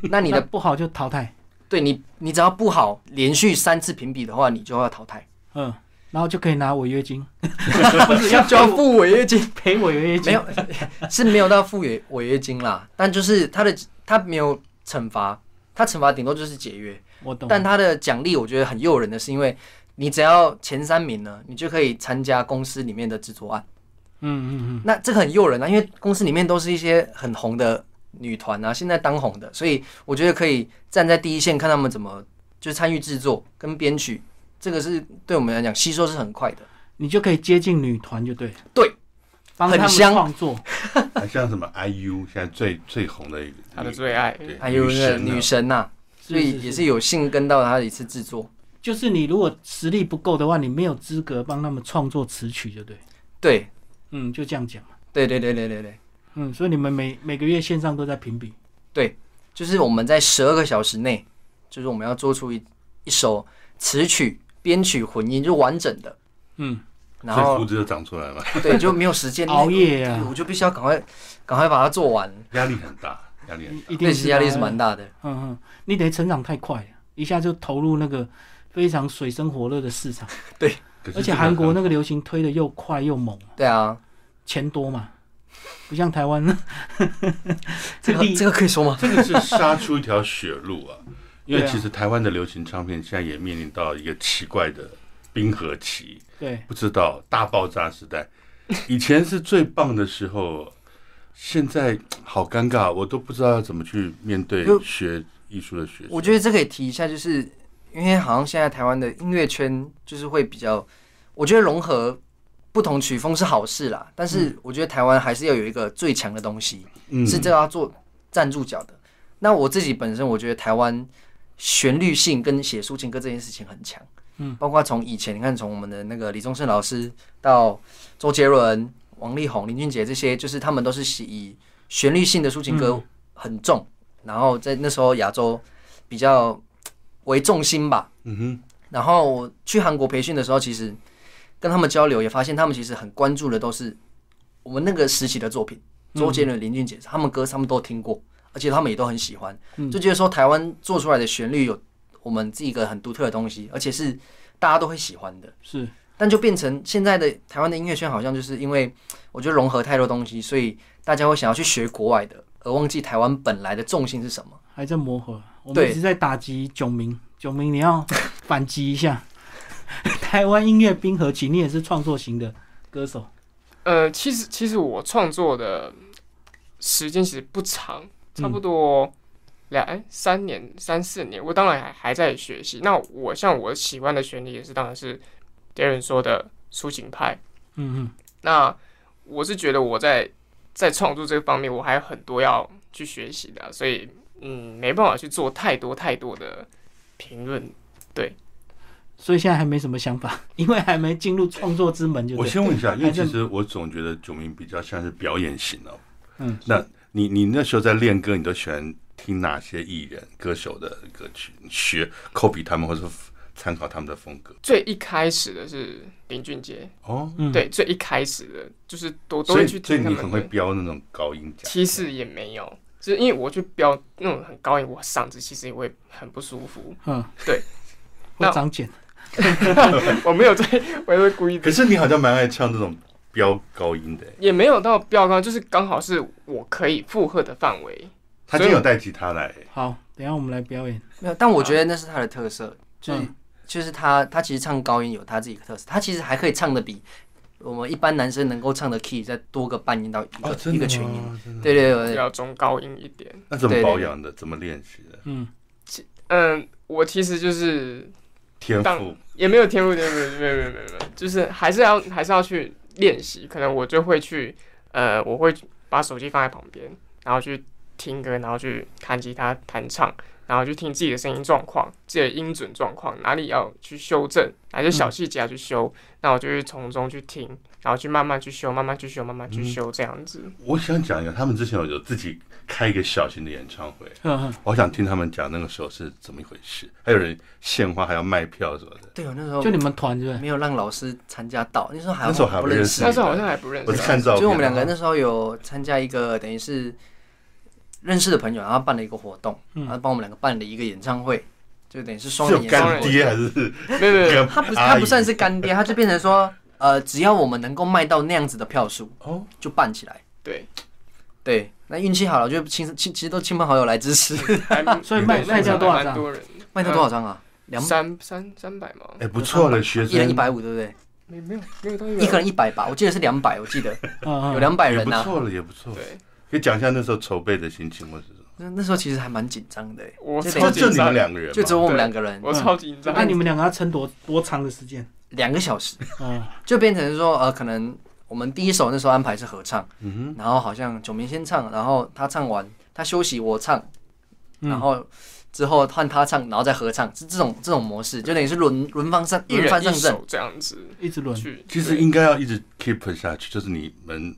Speaker 3: 那你
Speaker 2: 那
Speaker 3: 的
Speaker 2: 不好就淘汰，
Speaker 3: 对你，你只要不好，连续三次评比的话，你就要淘汰，
Speaker 2: 嗯，然后就可以拿违约 金，不是要
Speaker 3: 就要
Speaker 2: 交
Speaker 3: 付违约金。
Speaker 2: 赔违约金，
Speaker 3: 没有 是没有到付违违约金啦，但就是他的他没有惩罚，他惩罚顶多就是解约。
Speaker 2: 我懂。嗯
Speaker 3: 但它的奖励我觉得很诱人的是，因为你只要前三名呢，你就可以参加公司里面的制作案。
Speaker 2: 嗯嗯嗯，
Speaker 3: 那这个很诱人啊，因为公司里面都是一些很红的女团啊，现在当红的，所以我觉得可以站在第一线看他们怎么就参与制作跟编曲，这个是对我们来讲吸收是很快的。
Speaker 2: 你就可以接近女团就对了。
Speaker 3: 对，
Speaker 2: 帮他们
Speaker 3: 很香
Speaker 2: 创作，
Speaker 1: 还像什么 IU 现在最最红的一个
Speaker 4: 他的最爱
Speaker 1: 对
Speaker 3: 还有那个
Speaker 1: 神啊
Speaker 3: 女神呐、所以也是有幸跟到他的一次制作。
Speaker 2: 就是你如果实力不够的话，你没有资格帮他们创作词曲，就对。
Speaker 3: 对，
Speaker 2: 嗯，就这样讲。
Speaker 3: 对对对对对对，
Speaker 2: 嗯，所以你们每每个月线上都在评比，
Speaker 3: 就是我们在十二个小时内，就是我们要做出一一首词曲、编曲、混音，就完整的。
Speaker 2: 嗯，
Speaker 3: 然
Speaker 1: 所以
Speaker 3: 后
Speaker 1: 胡子就长出来了，
Speaker 3: 对，就没有时间
Speaker 2: 熬夜啊
Speaker 3: 对我就必须要赶快赶快把它做完，
Speaker 1: 压力很大，压力很大。
Speaker 2: 嗯一
Speaker 3: 那
Speaker 2: 定
Speaker 3: 其实压力是
Speaker 2: 大的
Speaker 3: 啊蛮大的。
Speaker 2: 嗯嗯，你得成长太快了，一下就投入那个非常水深火热的市场，
Speaker 1: 可是
Speaker 2: 而且
Speaker 1: 这个
Speaker 2: 韩国
Speaker 1: 很
Speaker 2: 那个流行推的又快又猛，
Speaker 3: 对啊，
Speaker 2: 钱多嘛，不像台湾。
Speaker 3: 这个
Speaker 2: 利
Speaker 3: 这个可以说吗？
Speaker 1: 这个是杀出一条血路啊，因为
Speaker 2: 对啊
Speaker 1: 其实台湾的流行唱片现在也面临到一个奇怪的冰河期，
Speaker 2: 对，
Speaker 1: 不知道大爆炸时代， 以前是最棒的时候，现在好尴尬，我都不知道要怎么去面对
Speaker 3: 就
Speaker 1: 学艺术的学生。
Speaker 3: 我觉得这可以提一下，就是因为好像现在台湾的音乐圈就是会比较，我觉得融合不同曲风是好事啦，但是我觉得台湾还是要有一个最强的东西，
Speaker 1: 嗯
Speaker 3: 是这个要做站住脚的。那我自己本身，我觉得台湾旋律性跟写抒情歌这件事情很强，
Speaker 2: 嗯，
Speaker 3: 包括从以前你看，从我们的那个李宗盛老师到周杰伦、王力宏、林俊杰这些，就是他们都是喜以旋律性的抒情歌很重，然后在那时候亚洲比较为重心吧。
Speaker 1: 嗯哼，
Speaker 3: 然后我去韩国培训的时候，其实跟他们交流，也发现他们其实很关注的都是我们那个时期的作品，周杰伦、林俊杰，他们歌他们都听过，而且他们也都很喜欢，就觉得说台湾做出来的旋律有我们自己一个很独特的东西，而且是大家都会喜欢的。
Speaker 2: 是
Speaker 3: 但就变成现在的台湾的音乐圈，好像就是因为我觉得融合太多东西，所以大家会想要去学国外的，而忘记台湾本来的重心是什么。
Speaker 2: 还在磨合，我们
Speaker 3: 对
Speaker 2: 一直在打击九明，九明你要反击一下。 台湾音乐冰河期，你也是创作型的歌手，
Speaker 4: 呃，其实其实我创作的时间其实不长，差
Speaker 2: 嗯
Speaker 4: 不多两、哎三年、三四年。我当然还还在学习。那我像我喜欢的旋律也是，当然是 Darren 说的抒情派。
Speaker 2: 嗯嗯，
Speaker 4: 那我是觉得我在在创作这个方面，我还有很多要去学习的啊、所以嗯，没办法去做太多太多的评论。
Speaker 2: 所以现在还没什么想法， 因为还没进入创作之门就
Speaker 1: 我
Speaker 2: 对。
Speaker 1: 先问一下，因为
Speaker 2: 还是
Speaker 1: 其实我总觉得九明比较像是表演型哦。
Speaker 2: 嗯，
Speaker 1: 那你你那时候在练歌，你都喜欢听哪些艺人歌手的歌曲？你学 copy 他们，或者说参考他们的风格？
Speaker 4: 最一开始的是林俊杰，
Speaker 1: 哦，
Speaker 2: 嗯，
Speaker 4: 对，最一开始的就是都都
Speaker 1: 所
Speaker 4: 会
Speaker 1: 以
Speaker 4: 去
Speaker 1: 所以
Speaker 4: 听他
Speaker 1: 你
Speaker 4: 们
Speaker 1: 很
Speaker 4: 的
Speaker 1: 会标那种高音假。
Speaker 4: 其实也没有，就是因为我去飙那种很高音，我嗓子其实也会很不舒服。
Speaker 2: 嗯，
Speaker 4: 对，
Speaker 2: 会
Speaker 4: 那
Speaker 2: 长茧。
Speaker 4: 我没有在，我是故意的
Speaker 1: 可，是你好像蛮爱唱这种飙高音的欸，
Speaker 4: 也没有到飙高，就是刚好是我可以负荷的范围。
Speaker 1: 他今天有带吉他来欸。
Speaker 2: 好，等一下我们来表演。
Speaker 3: 没有，但我觉得那是他的特色，就是、
Speaker 2: 嗯
Speaker 3: 就是他他其实唱高音有他自己的特色，他其实还可以唱的比我们一般男生能够唱的 key 再多个半音到一个、
Speaker 1: 哦，真
Speaker 3: 一
Speaker 1: 的
Speaker 3: 个全音。
Speaker 1: 吗？真的
Speaker 3: 对对对
Speaker 4: 比
Speaker 2: 啊
Speaker 3: 对，
Speaker 4: 较中高音一点。
Speaker 1: 那怎么
Speaker 3: 对对
Speaker 1: 保
Speaker 3: 对
Speaker 1: 养的？怎么练习的？
Speaker 2: 嗯，
Speaker 4: 嗯，我其实就是
Speaker 1: 天
Speaker 4: 当
Speaker 1: 赋
Speaker 4: 也没有天赋，没有没有没有没有没有没有，就是还是要还是要去练习。可能我就会去，呃，我会把手机放在旁边，然后去听歌，然后去弹吉他、弹唱，然后去听自己的声音状况、自己的音准状况，哪里要去修正，哪些小细节要去修，那、我就去从中去听，然后去慢慢去修，慢慢去修，慢慢去修，这样子。
Speaker 1: 我想讲一个，他们之前有有自己开一个小型的演唱会，
Speaker 2: 呵呵，
Speaker 1: 我想听他们讲那个时候是怎么一回事。还有人献花还要卖票什么的，
Speaker 3: 对，我那时候
Speaker 2: 嗯就你们团对不对？
Speaker 3: 没有让老师参加到，那时候还
Speaker 1: 那时候还
Speaker 3: 不
Speaker 1: 不认
Speaker 3: 认
Speaker 1: 识
Speaker 3: 识
Speaker 4: 那时候好像还不认
Speaker 1: 我是
Speaker 4: 识啊
Speaker 1: 看照片。
Speaker 3: 就我们两个那时候有参加一个等于是认识的朋友，然后办了一个活动，
Speaker 2: 嗯
Speaker 3: 然后帮我们两个办了一个演唱会，就等于是双
Speaker 1: 是
Speaker 3: 人
Speaker 1: 有
Speaker 3: 演唱
Speaker 1: 干
Speaker 3: 会。
Speaker 1: 爹还是
Speaker 4: 啊，没有没有没有，
Speaker 1: 干
Speaker 3: 他不
Speaker 1: 阿姨
Speaker 3: 他不算是干爹，他就变成说，呃，只要我们能够卖到那样子的票数，
Speaker 1: 哦，
Speaker 3: 就办起来。
Speaker 4: 对，
Speaker 3: 对，那运气好了，就亲亲其实都亲朋好友来支持，
Speaker 4: 还
Speaker 2: 所以卖
Speaker 4: 对
Speaker 2: 卖掉多少
Speaker 4: 蛮
Speaker 2: 张？
Speaker 4: 多人，
Speaker 3: 卖到多少张啊？
Speaker 4: 嗯
Speaker 3: 两百，
Speaker 4: 三三三百吗？
Speaker 1: 哎，不错了，学
Speaker 3: 一人
Speaker 1: 生
Speaker 3: 一百五，对不对？
Speaker 4: 没没有没有到一
Speaker 3: 一个
Speaker 4: 百，
Speaker 3: 人一百吧，我记得是两百，我记得
Speaker 2: 嗯
Speaker 3: 有
Speaker 2: 嗯，
Speaker 3: 两百
Speaker 1: 也
Speaker 3: 人啊
Speaker 1: 不
Speaker 3: 呐、
Speaker 1: 错了，也不错。
Speaker 4: 对，
Speaker 1: 可以讲一下那时候筹备的心情或是什么？
Speaker 3: 那那时候其实还蛮紧张的欸，
Speaker 4: 我
Speaker 3: 就
Speaker 1: 就
Speaker 3: 等
Speaker 4: 超
Speaker 3: 于
Speaker 4: 级
Speaker 1: 就你们两个人吗，
Speaker 3: 就只有我们两个人，
Speaker 4: 我超紧张。
Speaker 2: 啊那你们两个要撑多多长的时间？
Speaker 3: 两个小时，
Speaker 2: 哦，
Speaker 3: 就变成说呃，可能我们第一首那时候安排是合唱，
Speaker 1: 嗯
Speaker 3: 然后好像九明先唱，然后他唱完，他休息我唱，
Speaker 2: 嗯
Speaker 3: 然后之后换他唱，然后再合唱，是这种这种模式，就等于是轮轮番上
Speaker 4: 一
Speaker 3: 轮番
Speaker 4: 人
Speaker 3: 上
Speaker 4: 一
Speaker 3: 阵。嗯
Speaker 4: 首这样子
Speaker 2: 一直轮。
Speaker 4: 去。
Speaker 1: 其实
Speaker 4: 对
Speaker 1: 应该要一直 keep 下去，就是你们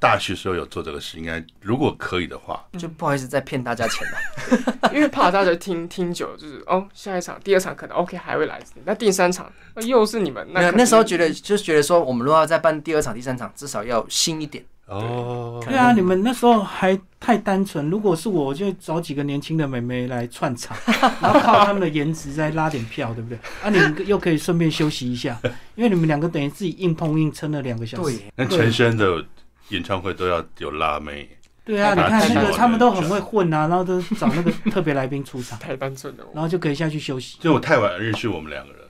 Speaker 1: 大学时候有做这个事，应该如果可以的话，
Speaker 3: 就不好意思再骗大家钱了。
Speaker 4: 因为怕大家听听久，就是哦，下一场、第二场可能 OK 还会来，那第三场、呃又是你们。那
Speaker 3: 没有，
Speaker 4: 可能
Speaker 3: 那时候觉得就是觉得说，我们如果要再办第二场、第三场，至少要新一点。
Speaker 1: 哦，
Speaker 2: 对啊，你们那时候还太单纯。如果是我，我就找几个年轻的美眉来串场， 然后靠他们的颜值再拉点票，对不对？啊，你们又可以顺便休息一下， 因为你们两个等于自己硬碰硬撑了两个小时。
Speaker 3: 对，
Speaker 1: 那陈升的演唱会都要有辣妹，
Speaker 2: 对啊，你
Speaker 1: 把它
Speaker 2: 看那
Speaker 1: 踢
Speaker 2: 个
Speaker 1: 爆
Speaker 2: 他们都很
Speaker 1: 人
Speaker 2: 会混啊，然后都找那个特别来宾出场，
Speaker 4: 太单纯了，我
Speaker 2: 然后就可以下去休息。
Speaker 1: 就我太晚认识我们两 个人，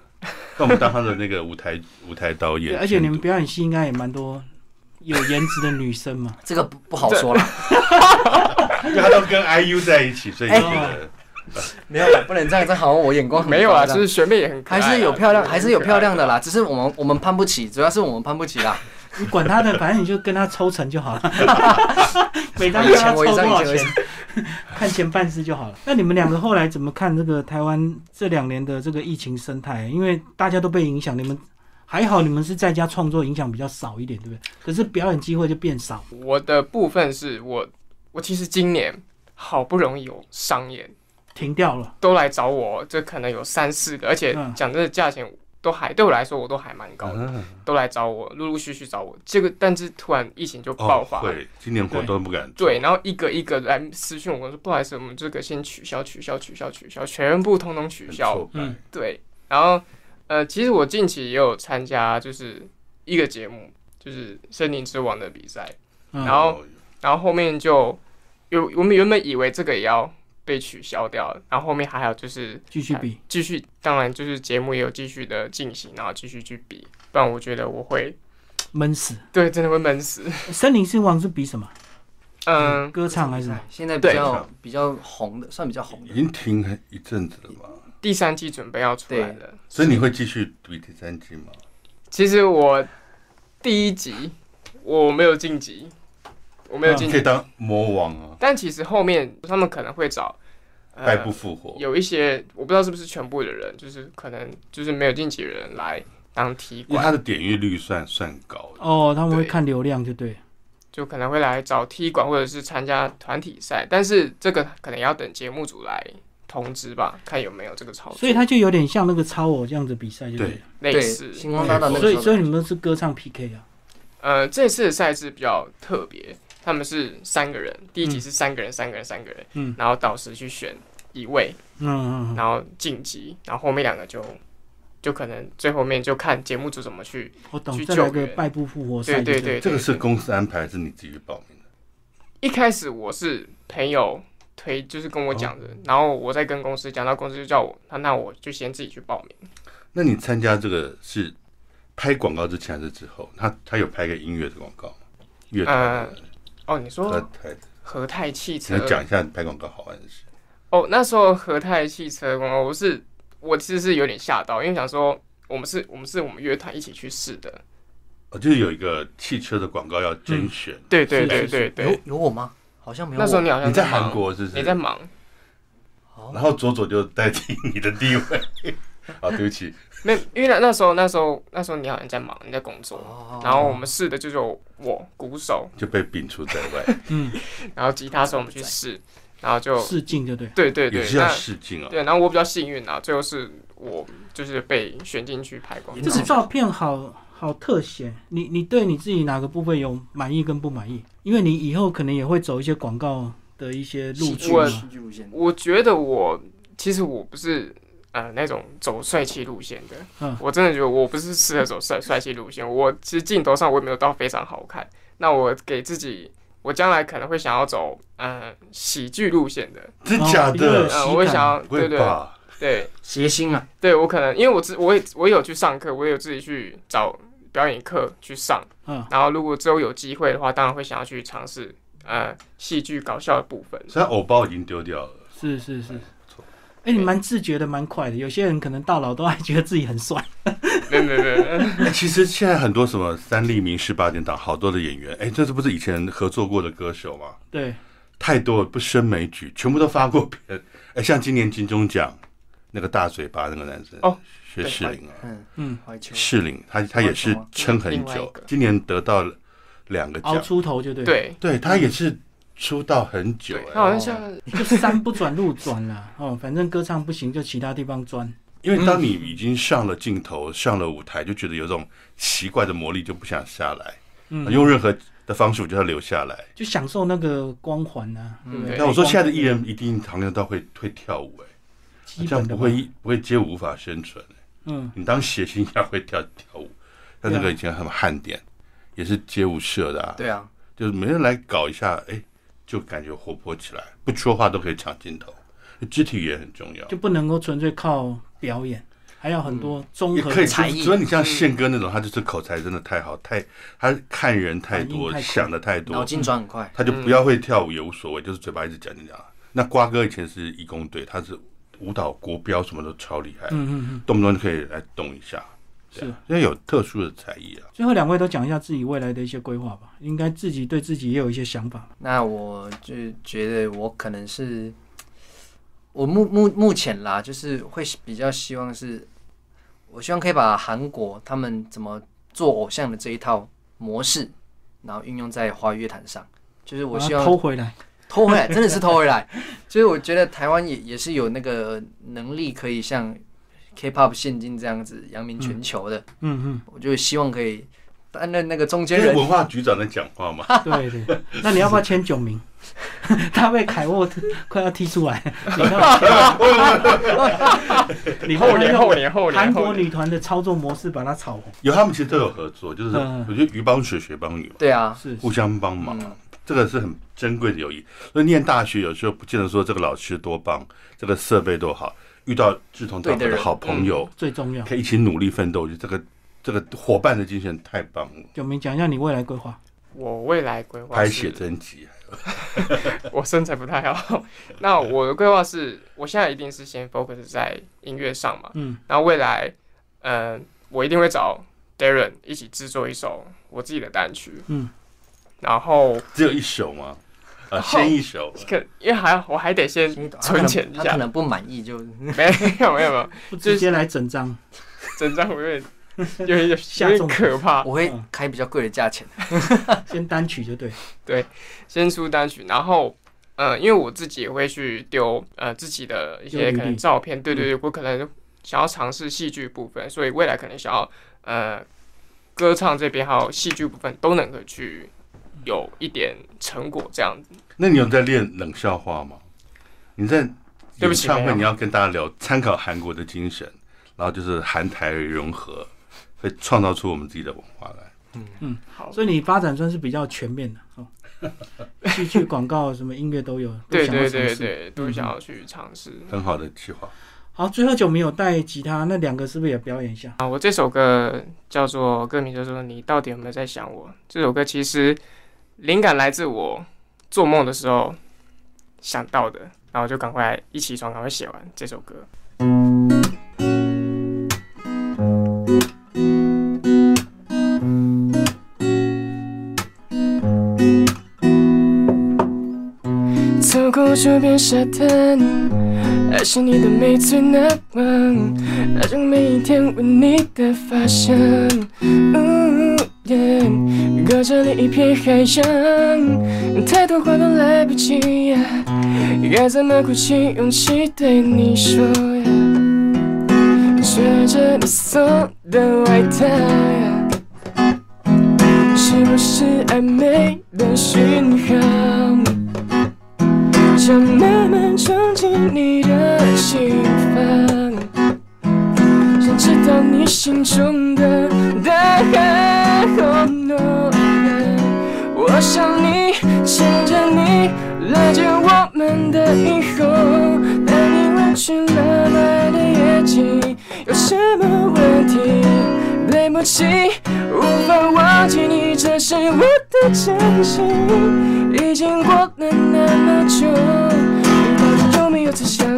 Speaker 1: 那我们当他的那个舞台舞台导
Speaker 2: 对，
Speaker 1: 演，
Speaker 2: 而且你们表演系应该也蛮多有颜值的女生嘛。
Speaker 3: 这个不不好说了，
Speaker 1: 因为他都跟 IU 在一起，所以
Speaker 3: 哎
Speaker 1: 这个
Speaker 3: 没有啦，不能这样，这样好像我眼光很
Speaker 4: 没有啦，
Speaker 3: 啊，
Speaker 4: 就是学妹也很可爱
Speaker 3: 还
Speaker 4: 啊
Speaker 3: 是有漂亮，还是有漂亮。
Speaker 4: 对
Speaker 3: 的啦，只是我们我们攀不起，主要是我们攀不起啦。
Speaker 2: 你管他的，反正你就跟他抽成就好了。每张
Speaker 3: 以
Speaker 2: 跟他
Speaker 3: 前
Speaker 2: 抽
Speaker 3: 我
Speaker 2: 多
Speaker 3: 一张，
Speaker 2: 少
Speaker 3: 以前我一
Speaker 2: 钱
Speaker 3: 张，
Speaker 2: 看钱办事就好了。那你们两个后来怎么看这个台湾这两年的这个疫情生态？因为大家都被影响，你们还好，你们是在家创作，影响比较少一点，对不对？可是表演机会就变少。
Speaker 4: 我的部分是我，我其实今年好不容易有商演，
Speaker 2: 停掉了，
Speaker 4: 都来找我，这可能有三四个，而且
Speaker 2: 嗯
Speaker 4: 讲真的，价钱都还对我来说我都还蛮高的，
Speaker 1: 嗯
Speaker 4: 都来找我，陆陆续续找我。这个，但是突然疫情就爆
Speaker 1: 哦
Speaker 4: 发，
Speaker 1: 会，今年活动不敢做
Speaker 4: 对，，然后一个一个来私讯我说，不好意思，我们这个先取消，取消，取消，取消，全部通通取
Speaker 1: 很
Speaker 4: 消
Speaker 1: 挫。败
Speaker 2: 嗯，
Speaker 4: 对，然后呃，其实我近期也有参加，就是一个节目，就是《森林之王》的比赛，
Speaker 2: 嗯
Speaker 4: 然后然后后面就有我们原本以为这个也要被取消掉了，然后后面还有就是
Speaker 2: 继续比。
Speaker 4: 继续，当然就是节目也有继续的进行，然后继续去比，不然我觉得我会
Speaker 2: 闷死。
Speaker 4: 对真的会闷死。
Speaker 2: 森林之王是比什么？
Speaker 4: 嗯，
Speaker 2: 歌唱还是什么？
Speaker 3: 现在比
Speaker 1: 对
Speaker 3: 较比较红的，算比较红的
Speaker 1: 已。经停很一阵子了嘛，
Speaker 4: 第三季准备要出来
Speaker 3: 对
Speaker 4: 了。
Speaker 1: 所以你会继续比第三季吗？
Speaker 4: 其实我第一集我没有晋级，我没有晋
Speaker 1: 可以
Speaker 4: 级，
Speaker 1: 当魔王啊，
Speaker 4: 但其实后面他们可能会找，呃
Speaker 1: 败不复活，
Speaker 4: 有一些我不知道是不是全部的人，就是可能就是没有晋级的人来当踢
Speaker 1: 因为他
Speaker 4: 馆，
Speaker 1: 的点阅率算算高的，
Speaker 2: 哦，他们会
Speaker 4: 对
Speaker 2: 看流量，就对。
Speaker 4: 就可能会来找踢馆或者是参加团体赛，但是这个可能要等节目组来通知吧，看有没有这个操作，
Speaker 2: 所以它就有点像那个超偶这样子比赛，就对
Speaker 1: 对
Speaker 2: 了。
Speaker 4: 类
Speaker 3: 对，
Speaker 4: 似。
Speaker 3: 星光大道哦那
Speaker 2: 所
Speaker 3: 个时
Speaker 2: 以
Speaker 3: 候
Speaker 2: 所以你们是歌唱 PK 啊？
Speaker 4: 呃，这次的赛制比较特别，他们是三个人，第一集是三个人，三个人，三个人，
Speaker 2: 嗯
Speaker 4: 然后导师去选一位，
Speaker 2: 嗯嗯嗯。
Speaker 4: 然后晋级，然后后面两个就就可能最后面就看节目组怎么去。
Speaker 2: 我懂
Speaker 4: 去，
Speaker 2: 再来
Speaker 4: 救
Speaker 2: 个
Speaker 4: 援
Speaker 2: 败部复活赛
Speaker 4: 对
Speaker 2: 就对
Speaker 4: 对
Speaker 2: 了。
Speaker 4: 对，
Speaker 1: 这个
Speaker 4: 对
Speaker 1: 是公司安排，还是你自己去报名的？
Speaker 4: 一开始我是朋友推，就是跟我讲的，然后我再跟公司讲，到公司就叫我，那那我就先自己去报名。
Speaker 1: 那你参加这个是拍广告之前还是之后？他他有拍个音乐的广告吗？乐团的，
Speaker 4: 哦，你
Speaker 1: 他
Speaker 4: 说
Speaker 1: 他
Speaker 4: 和泰汽
Speaker 1: 你
Speaker 4: 车
Speaker 1: 要讲一下拍广告好玩的事。
Speaker 4: 哦，那时候和泰汽车广告，我是我其实是有点吓到，因为想说我们是我们是我们乐团一起去试的，
Speaker 1: 哦，就是有一个汽车的广告要甄选，
Speaker 4: 对对
Speaker 2: 是
Speaker 4: 对
Speaker 2: 是
Speaker 4: 对
Speaker 2: 是
Speaker 4: 对。
Speaker 3: 有有我吗？好像没有我。
Speaker 4: 那时候你好像
Speaker 1: 哎你在
Speaker 4: 忙
Speaker 1: 韩，国是不
Speaker 4: 你
Speaker 1: 是？
Speaker 4: 在忙，
Speaker 3: 哦
Speaker 1: 然后左左就代替你的地位。 啊，对不起，
Speaker 4: 没有，因为那那时候那时候那时候你好像在忙，你在工作。
Speaker 3: 哦
Speaker 4: 然后我们试的就是有我鼓手，
Speaker 1: 就被摒除在外，
Speaker 2: 嗯，
Speaker 4: 然后吉他手我们去试，然后就
Speaker 2: 试镜就对。
Speaker 4: 对对
Speaker 1: 也
Speaker 4: 对，
Speaker 1: 是要
Speaker 4: 那
Speaker 1: 试镜啊。
Speaker 4: 对，然后我比较幸运啊，最后是我就是被选进去拍
Speaker 3: 哦
Speaker 4: 广
Speaker 2: 这
Speaker 4: 告
Speaker 2: 个。照片好好特写，你你对你自己哪个部分有满意跟不满意？因为你以后可能也会走一些广告的一些路
Speaker 3: 戏
Speaker 2: 径
Speaker 3: 剧
Speaker 4: 我
Speaker 2: 嘛。
Speaker 3: 戏剧路线，
Speaker 4: 我觉得我其实我不是呃那种走帅气路线的，
Speaker 2: 嗯
Speaker 4: 我真的觉得我不是适合走帅帅气路线。我其实镜头上我也没有到非常好看，那我给自己。我将来可能会想要走呃喜剧路线的，
Speaker 1: 真假
Speaker 2: 哦比较有
Speaker 1: 的？
Speaker 4: 呃，
Speaker 2: 喜
Speaker 4: 我会
Speaker 2: 感
Speaker 4: 想要
Speaker 1: 不
Speaker 4: 对
Speaker 1: 会
Speaker 4: 对
Speaker 1: 吧？
Speaker 4: 对，
Speaker 3: 谐星啊，
Speaker 4: 对我可能因为我自我也我也有去上课，我也有自己去找表演课去上。
Speaker 2: 嗯，
Speaker 4: 然后如果之后有机会的话，当然会想要去尝试呃戏剧搞笑的部 分。
Speaker 1: 虽然偶包已经丢掉了，
Speaker 2: 是是是
Speaker 1: 错。
Speaker 2: 哎、你蛮自觉的，蛮快的。有些人可能到老都还觉得自己很帅，
Speaker 4: 没没没没，
Speaker 1: 哎其实现在很多什么三立明视八点档，好多的演员，哎，这是不是以前合作过的歌手吗？
Speaker 2: 对，
Speaker 1: 太多了，不胜枚举，全部都发过片。哎，像今年金钟奖那个大嘴巴那个男生
Speaker 4: 哦，
Speaker 1: 薛
Speaker 4: 对
Speaker 1: 仕凌啊，
Speaker 3: 嗯，
Speaker 2: 嗯，
Speaker 3: 怀旧，
Speaker 1: 仕凌他他也是撑很
Speaker 4: 哦另外一
Speaker 1: 久
Speaker 4: 个，
Speaker 1: 今年得到了两个
Speaker 2: 熬
Speaker 1: 奖，
Speaker 2: 出头就对，，
Speaker 4: 对
Speaker 1: 对他也是出道很久
Speaker 4: 对，
Speaker 1: 哎，
Speaker 4: 他好像像
Speaker 2: 就山不转路转啦，哦，反正歌唱不行就其他地方钻，
Speaker 1: 因为
Speaker 2: 嗯
Speaker 1: 当你已经上了镜头、上了舞台，就觉得有种奇怪的魔力，就不想下来，
Speaker 2: 嗯，
Speaker 1: 用任何的方式我就要留下来。
Speaker 2: 就享受那个光环啊，对不对？
Speaker 4: 对
Speaker 1: 那我说现在的艺人一定常常到会会跳舞、哎，
Speaker 2: 基
Speaker 1: 这样
Speaker 2: 本
Speaker 1: 不
Speaker 2: 的吧
Speaker 1: 会，不会街舞无法生存。
Speaker 2: 嗯，
Speaker 1: 你当谐星要会跳跳舞，像那个以前什么汉典，也是街舞社的、啊，
Speaker 3: 对啊，
Speaker 1: 就是没人来搞一下，哎，就感觉活泼起来，不说话都可以抢镜头，肢体也很重要，
Speaker 2: 就不能够纯粹靠表演，还有很多综
Speaker 1: 嗯也
Speaker 2: 合
Speaker 1: 可以
Speaker 3: 才艺
Speaker 1: 所以你像宪哥那种，他就是口才真的太好，太他看人太多，
Speaker 2: 反应太快
Speaker 1: 想的太
Speaker 3: 脑
Speaker 1: 多，嗯
Speaker 3: 筋转很快，
Speaker 1: 他就不要会跳舞也无所谓，就是嘴巴一直讲讲讲。那瓜哥以前是义工队，他是舞蹈国标什么都超厉害，
Speaker 2: 嗯嗯嗯，
Speaker 1: 动不动就可以来动一下，对啊，因为有特殊的才艺啊。
Speaker 2: 最后两位都讲一下自己未来的一些规划吧，应该自己对自己也有一些想法吧。
Speaker 3: 那我就觉得我可能是，我目目目前啦，就是会比较希望是，我希望可以把韩国他们怎么做偶像的这一套模式，然后运用在华语乐坛上。就是我
Speaker 2: 把它
Speaker 3: 希望
Speaker 2: 啊偷回来，
Speaker 3: 偷回来，真的是偷回来。所以我觉得台湾也也是有那个能力，可以像 K-pop 现今这样子扬名全球的。
Speaker 2: 嗯
Speaker 3: 我就希望可以担任那个中间
Speaker 1: 这是
Speaker 3: 人。
Speaker 1: 文化局长在讲话嘛？
Speaker 2: 嗯，对对。那你要不要签九名？他被凯沃 特快要踢出 来，你看，你看
Speaker 4: 后
Speaker 2: 他
Speaker 4: 年
Speaker 2: 用
Speaker 4: 后年后年
Speaker 2: 韩
Speaker 4: 后
Speaker 2: 国
Speaker 4: 年，
Speaker 2: 女团的操作模式把它炒红，
Speaker 1: 有他们其实都有合作，就是
Speaker 2: 嗯
Speaker 1: 我觉得鱼帮水，水帮鱼嘛，
Speaker 3: 对啊，
Speaker 2: 是
Speaker 1: 互相帮忙，
Speaker 3: 嗯，
Speaker 1: 这个是很珍贵的友谊。所以念大学有时候不见得说这个老师多棒，这个设备多好，遇到志同道合
Speaker 3: 对的
Speaker 1: 的
Speaker 3: 人
Speaker 1: 好朋
Speaker 4: 嗯
Speaker 1: 友，
Speaker 2: 最重要。
Speaker 1: 可以一起努力奋斗，我觉得这个这个伙伴的精神太棒了。
Speaker 2: 九明讲一下你未来规划，
Speaker 4: 我未来规划
Speaker 1: 拍
Speaker 4: 是
Speaker 1: 写真集，
Speaker 4: 我身材不太好。 那我的规划是，我现在一定是先 focus 在音乐上嘛，
Speaker 2: 嗯，
Speaker 4: 然后未来，呃，我一定会找 Darren 一起制作一首我自己的单曲，
Speaker 2: 嗯，
Speaker 4: 然后
Speaker 1: 只有一首吗？啊，先一首。
Speaker 4: 可因为还我还得先 存钱一
Speaker 3: 他可能他可
Speaker 4: 下，
Speaker 3: 能不满意就
Speaker 4: 没有没有没有，
Speaker 2: 不直接来整张，
Speaker 4: 整张我有点有点有
Speaker 2: 吓中
Speaker 4: 点可怕，
Speaker 3: 我会开比较贵的价钱。
Speaker 2: 先单曲就对。
Speaker 4: 先出单曲，然后。呃，因为我自己也会去丢呃自己的一
Speaker 2: 丢履
Speaker 4: 些
Speaker 2: 历嗯
Speaker 4: 可能照片，对对对，我可能想要尝试戏剧部分，所以未来可能想要呃歌唱这边还有戏剧部分都能够去有一点成果这样子。
Speaker 1: 那你有在练冷笑话吗？你在
Speaker 4: 对
Speaker 1: 演
Speaker 4: 不起
Speaker 1: 唱
Speaker 4: 没
Speaker 1: 会
Speaker 4: 有
Speaker 1: 你要跟大家聊参考韩国的精神，然后就是韩台融合，会创造出我们自己的文化来。
Speaker 4: 好，
Speaker 2: 所以你发展算是比较全面的 哦，戏剧、广告、什么音乐都有，都
Speaker 4: 对
Speaker 2: 想要尝
Speaker 4: 对
Speaker 2: 试。
Speaker 4: 对
Speaker 2: 嗯
Speaker 4: 对，都想要去尝试。
Speaker 1: 很好的计划。
Speaker 2: 好，最后九明有带吉他，那两个是不是也表演一下？
Speaker 4: 啊，我这首歌叫做歌名叫做《你到底有没有在想我》。这首歌其实灵感来自我做梦的时候想到的，然后就赶快一起床，赶快写完这首歌。
Speaker 5: 走过就变沙滩，爱上你的美最难忘，爱上每一天闻你的发香。哦耶隔着另一片海洋，太多话都来不及呀，该怎么鼓起勇气对你说呀？穿着你送的外套呀，是不是暧昧的讯号？想慢慢闯进你的心房，想知道你心中的答案。Oh, no, 我想你，牵着你，拉着我们的以后，带你弯曲浪漫的夜景，有什么问题？对不起，无法忘记你，这是我的真心。已经过了那么久，到底有没有在想 Oh